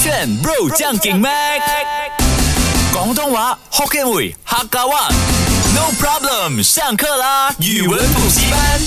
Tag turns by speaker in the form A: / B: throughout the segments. A: 选 bro 将劲 mac，广东话 Hokkien 语客家话。No problem，上课啦！语文补习班。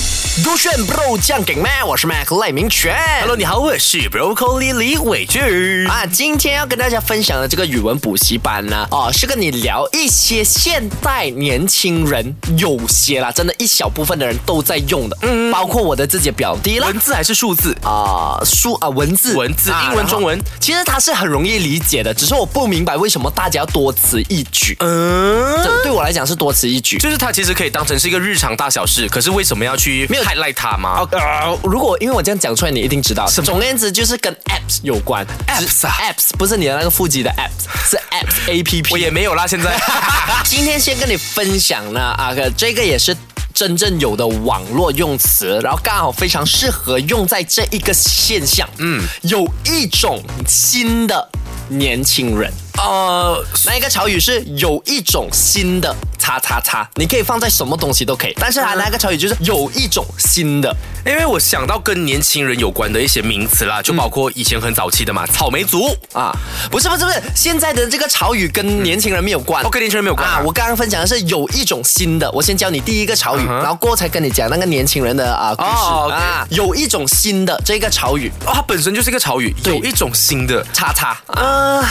B: 勾选 bro 酱给麦，我是 Mac 赖明全。
A: Hello，你好，我是 Broccoli 李伟俊。
B: 啊，今天要跟大家分享的这个语文补习班呢，哦，是跟你聊一些现代年轻人有些啦，真的，一小部分的人都在用的，嗯，包括我的自己的表弟啦，
A: 文字还是数字？
B: 啊、书啊、文字，
A: 文字
B: 啊
A: 英文
B: 然后
A: 中文
B: 其实它是很容易理解的，只是我不明白为什么大家要多此一举，
A: 嗯，
B: 这对我来讲是多此一举。
A: 就是它其实可以当成是一个日常大小事，可是为什么要去没有 highlight 它吗？
B: 呃，如果因为我这样讲出来，你一定知道。
A: 什么
B: 总而言之，就是跟 apps 有关。
A: Apps 啊
B: a p p s 不是你的那个腹肌的 apps，是 apps A P
A: 我
B: P。
A: 也没有啦，现在
B: 今天先跟你分享呢，啊，呃这个也是。真正有的网络用词，然后刚好非常适合用在这一个现象。嗯，有一种新的年轻人，
A: 呃，
B: 那一个潮语是有一种新的叉叉叉，你可以放在什么东西都可以，但是
A: 嗯
B: 啊它那个潮语就是有一种新的。
A: 因为我想到跟年轻人有关的一些名词啦，就包括以前很早期的嘛，草莓族。
B: 啊，不是不是不是，现在的这个潮语跟年轻人没有关，
A: 哦跟年轻人没有关啊
B: 啊。我刚刚分享的是有一种新的，我先教你第一个潮语，然后过后才跟你讲那个年轻人的啊故事、
A: 嗯哦，OK
B: 啊。有一种新的这个潮语，
A: 哦，它本身就是一个潮语，有
B: 对
A: 一种新的。
B: 叉叉，
A: 呃，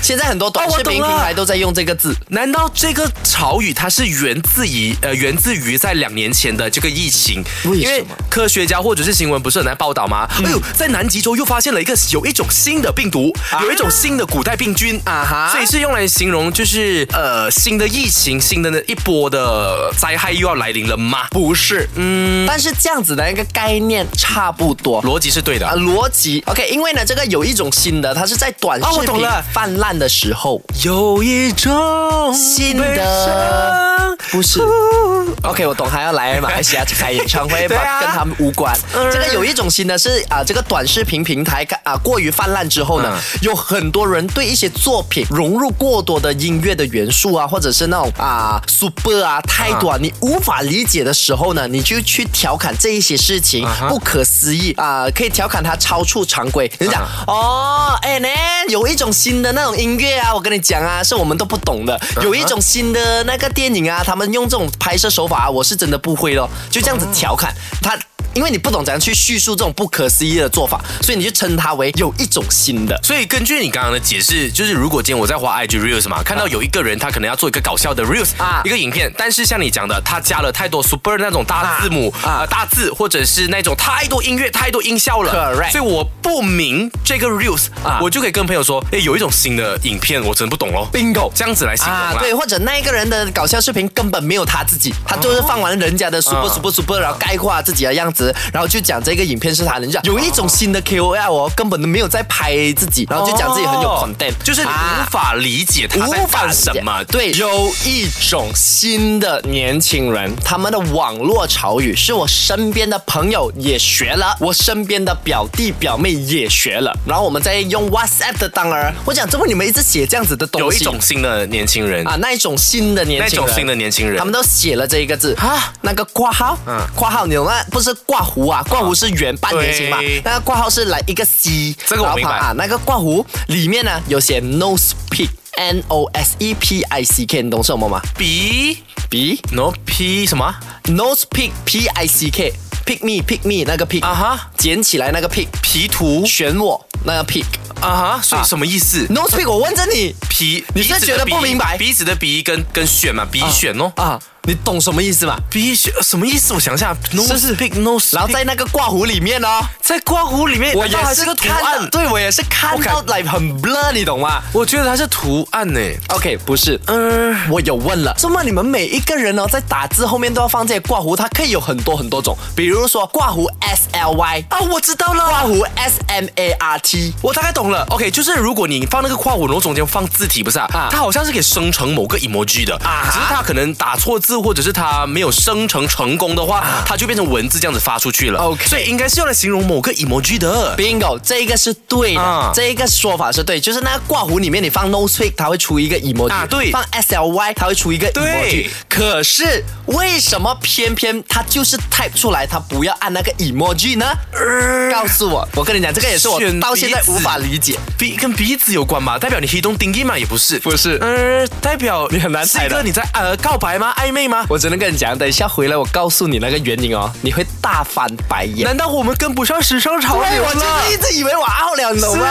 B: 现在很多短
A: 哦我
B: 视频
A: 懂了
B: 平台都在用这个字。
A: 难道这个潮语它是源自于呃源自于在两年前的这个疫情？
B: 为
A: 因为
B: 什么嗯
A: 科学家或者是新闻不是很爱报道吗？哎呦，在南极洲又发现了一个有一种新的病毒，有一种新的古代病菌
B: 啊哈
A: 所以是用来形容就是呃新的疫情，新的那一波的灾害又要来临了吗？
B: 不是，嗯，但是这样子的一个概念差不多。
A: 逻辑是对的
B: 啊，。逻辑 OK，因为呢，这个有一种新的，它是在短
A: 哦我
B: 视
A: 懂
B: 频
A: 了
B: 泛滥的时候，
A: 有一种
B: 新的
A: 悲伤
B: 不是 OK，我懂，还要来马来西亚开演唱 会，
A: 对啊
B: 跟他们无关。
A: 嗯
B: 这个有一种新的是啊，这个短视频平台啊过于泛滥之后呢，有很多人对一些作品融入过多的音乐的元素啊，或者是那种啊 super 啊太短、你无法理解的时候呢，你就去调侃这一些事情、
A: 哈
B: 不可思议啊，可以调侃它超出常规。你讲、
A: 啊
B: 哦，哎、呢，有一种新的那种音乐啊，我跟你讲啊，是我们都不懂的。有一种新的那个电影啊，他们用这种拍摄手法、啊，我是真的不会咯，就这样子调侃他。因为你不懂怎样去叙述这种不可思议的做法，所以你就称它为有一种新的。
A: 所以根据你刚刚的解释，就是如果今天我在滑 IG Reels 嘛，看到有一个人他可能要做一个搞笑的 Reels 啊
B: 啊，
A: 一个影片，但是像你讲的，他加了太多 super 那种大字母啊、
B: 啊
A: 呃大字，或者是那种太多音乐、太多音效了
B: Correct
A: 所以我不明这个 Reels 啊
B: 啊，
A: 我就可以跟朋友说，哎，有一种新的影片我真不懂咯
B: Bingo
A: 这样子来形容
B: 啊
A: 啦，，哦
B: 对，或者那一个人的搞笑视频根本没有他自己，他就是放完人家的 super
A: 嗯
B: super super，然后概括自己的样子，然后就讲这个影片是他人家有一种新的 KOL 哦，根本都没有在拍自己，然后就讲自己很有
A: 哦
B: content，
A: 就是你
B: 啊
A: 无法理解他在
B: 无法
A: 干什么，
B: 理解对，有一种新的年轻人，他们的网络潮语是我身边的朋友也学了，我身边的表弟表妹也学了，然后我们再用 WhatsApp 的，当然，我讲，怎么你们一直写这样子的东
A: 有一
B: 西？
A: 种新的年轻人，
B: 啊，那一种新的年
A: 那
B: 轻人，
A: 种新的年轻人
B: 他，们都写了这一个字
A: 啊
B: 啊，那个括号，嗯，括号你懂那不是挂弧啊，挂弧是圆半圆形嘛
A: 对，
B: 那个括号是来一个 C，
A: 这个我
B: 然后
A: 明白
B: 旁啊，那个括弧里面呢有写 no speak。N O S E P I C K，你懂什么吗
A: 比
B: ？B
A: 然后 P 什么啊
B: No Speak P I C K，Pick me Pick me 那个 Pick，
A: 啊哈，
B: 捡起来那个 Pick，
A: 皮图
B: 选我那个 Pick。
A: 啊哈，所以什么意思？
B: No Speak，我问着你
A: 鼻，
B: 你是
A: 鼻子的
B: 觉得不
A: 鼻
B: 明白
A: 鼻子的鼻跟跟选嘛，鼻选哦，
B: 啊，你懂什么 意思吗？
A: 鼻选什么意思？我想一下，nose
B: 是是
A: big nose，
B: 然后在那个挂弧里面哦，
A: 在刮胡里面，
B: 我
A: 难道
B: 也
A: 还是
B: 是
A: 哎个图
B: 看到
A: 案，
B: 对我也是看到来很 blur，你懂吗
A: 我觉得它是图案呢。
B: ？OK，不是，
A: 嗯、
B: 我有问了，怎么你们每一个人哦，在打字后面都要放这些挂弧？它可以有很多很多种，比如说挂弧 S L Y 啊，我知道了，挂弧 S M A R T。
A: 我大概懂了，OK，就是如果你放那个括弧，然后中间放字体，不是啊？
B: 啊
A: 它好像是可以生成某个 emoji 的，
B: 啊
A: 只是它可能打错字字或者是它没有生成成功的话，它就变成文字这样子发出去了。
B: OK
A: 所以应该是用来形容某个 emoji 的。
B: bingo，这一个是对的，
A: 啊
B: 这一个说法是对，就是那个挂壶里面你放 no s w i c k 它会出一个 emoji，、
A: 啊对
B: 放 S L Y 它会出一个 emoji
A: 对。
B: 可是为什么偏偏它就是 type 出来，它不要按那个 emoji 呢？
A: 呃
B: 告诉我，我跟你讲，这个也是我
A: 选
B: 到现在
A: 鼻子
B: 无法理解。
A: 鼻跟鼻子有关吧？代表你 he don't d i n g 嘛？也不是，
B: 不是
A: 呃，代表
B: 你很难
A: 是
B: 猜
A: 一
B: 的
A: 个你在呃告白吗？暧昧吗？
B: 我只能跟你讲，等一下回来我告诉你那个原因哦，你会大翻白眼。
A: 难道我们跟不上时尚潮
B: 对，
A: 流
B: 我
A: 了
B: 就是一？直以为我 out 了，你懂吗？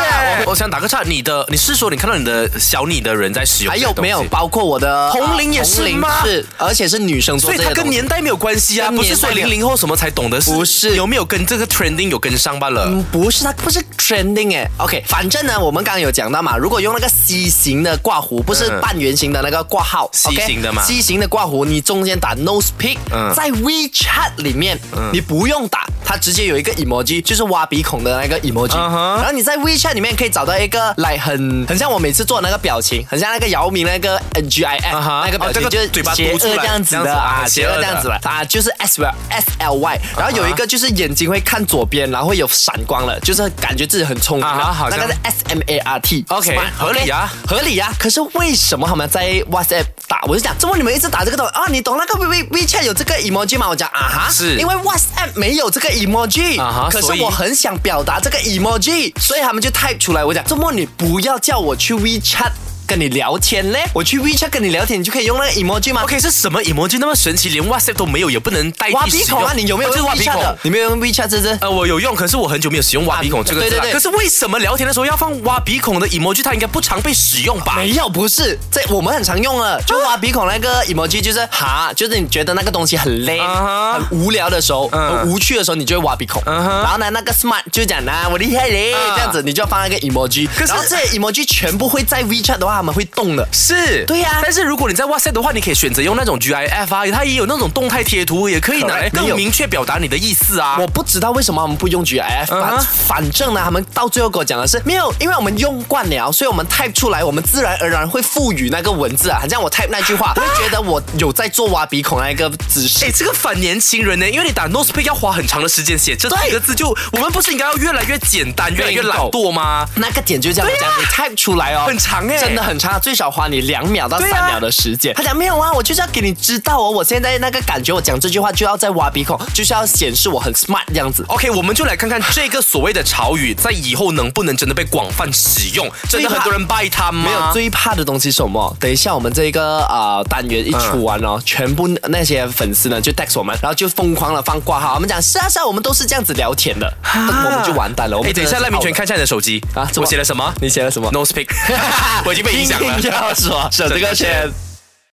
A: 我我想打个岔，你的你是说你看到你的小你的人在使用
B: 还
A: 这个
B: 有
A: 东西？
B: 没有包括我的
A: 红
B: 呃
A: 菱也是
B: 红菱
A: 吗
B: 是，而且是女生做
A: 所以
B: 这
A: 它
B: 个
A: 跟
B: 东西。
A: 年代没有关系啊，
B: 跟
A: 不是
B: 年代
A: 说
B: 没有
A: 零零后什么才懂得，
B: 不是
A: 有没有跟这个 trending 有跟上罢了。
B: 嗯，不是，它不是 trending 哎。OK，反正呢，我们刚刚有讲到嘛，如果用那个 C 型的挂弧，不是
A: 嗯
B: 半圆形的那个挂号
A: C 型的嘛
B: c 型的挂弧，你中间打 nose pick，、
A: 嗯
B: 在 WeChat 里面、你不用打，它直接有一个 emoji，就是挖鼻孔的那个 emoji、
A: 嗯哼
B: 然后你在 WeChat 里面可以找到一个来很很像我每次做的那个表情，很像那个姚明那个 NGIF、
A: 嗯哼
B: 那个表
A: 哦这
B: 情，
A: 个
B: 就是
A: 嘴巴
B: 邪
A: 嘟
B: 恶
A: 出来
B: 这样子
A: 这样子
B: 的
A: 啊
B: 啊，邪
A: 邪恶
B: 恶
A: 的
B: 这样子了啊，就是 S L S L Y，然后有
A: 啊
B: 一个就是眼睛会看左边，然后会有闪光了，就是感觉自己很聪明
A: 啊哈
B: 了
A: 好，
B: 那
A: 像
B: 个是 S M A R T。
A: OK，
B: Smart，
A: 合理啊
B: OK，合理呀。可是为什么他们在 WhatsApp 打？我就讲，怎么你们一直打这个东西啊？你懂那个 We We WeChat 有这个 emoji 吗？我讲啊哈，
A: 是
B: 因为 WhatsApp 没有这个 emoji，
A: 啊哈
B: 可是
A: 所以
B: 我很想表达这个 emoji，所以他们就 type 出来。我讲，周末你不要叫我去 WeChat 跟你聊天嘞，我去 WeChat 跟你聊天，你就可以用那个 emoji 吗
A: OK，是什么 emoji 那么神奇，连 WhatsApp 都没有，也不能代替
B: 挖鼻
A: 使
B: 孔
A: 用
B: 啊，你有没有
A: 哦就是
B: 用
A: 挖鼻
B: WeChat
A: 孔
B: 的？？你没有用 WeChat 是不是？
A: 呃，我有用，可是我很久没有使用挖鼻孔这个字了。
B: 啊对对对
A: 可是为什么聊天的时候要放挖鼻孔的 emoji？它应该不常被使用吧？
B: 呃没有，不是，这我们很常用了，就挖鼻孔那个 emoji，就是哈，就是你觉得那个东西很累、
A: 啊哈
B: 很无聊的时候、呃
A: 嗯
B: 很无趣的时候，你就会挖鼻孔。
A: 嗯哼
B: 然后呢，那个 smart 就讲啊，我厉害嘞，
A: 啊
B: 这样子你就要放那个 emoji。
A: 可是
B: 然后这些 emoji 全部会在 WeChat 的话，他们会动的。
A: 是，
B: 对啊呀
A: 但是如果你在 WhatsApp 的话，你可以选择用那种 GIF 啊，它也有那种动态贴图，也可以拿来
B: Correct，没有
A: 更明确表达你的意思啊。
B: 我不知道为什么他们不用 GIF，反、
A: 嗯哼
B: 反正呢，他们到最后给我讲的是没有，因为我们用惯了，所以我们 type 出来，我们自然而然会赋予那个文字啊。好像我 type 那句 话，我会觉得我有在做挖鼻孔那一个姿势。
A: 哎， 这个反年轻人呢，因为你打 n o s p a c 要花很长的时间写这
B: 对
A: 几个字就，我们不是应该要越来越简单，越来越懒惰吗？
B: 那个点就这样讲，你 type 出来哦，
A: 很长欸
B: 真的很长，最少花你两秒到三
A: 对啊
B: 秒的时间。他讲没有啊，我就是要给你知道哦，我现在那个感觉，我讲这句话就要在挖鼻孔，就是要显示我很 smart 这样子。
A: OK，我们就来看看这个所谓的潮语，在以后能不能真的被广泛使用？真的很多人拜它吗？
B: 没有最怕的东西是什么？等一下我们这个啊、呃单元一出完哦，全部那些粉丝呢就 text 我们，然后就疯狂的放挂号，我们讲是啊是啊，我们都是这样子聊天 的，我们就完蛋了。我
A: 哎，
B: 们
A: 等一下，
B: 真的
A: 赖
B: 是
A: 明全
B: out 了
A: 看一下你的手机
B: 啊
A: 啊，
B: 怎么
A: 我写了什么
B: 你写了什么？
A: n o s p a c 我已经被影响了
B: 硬。要说省这个钱。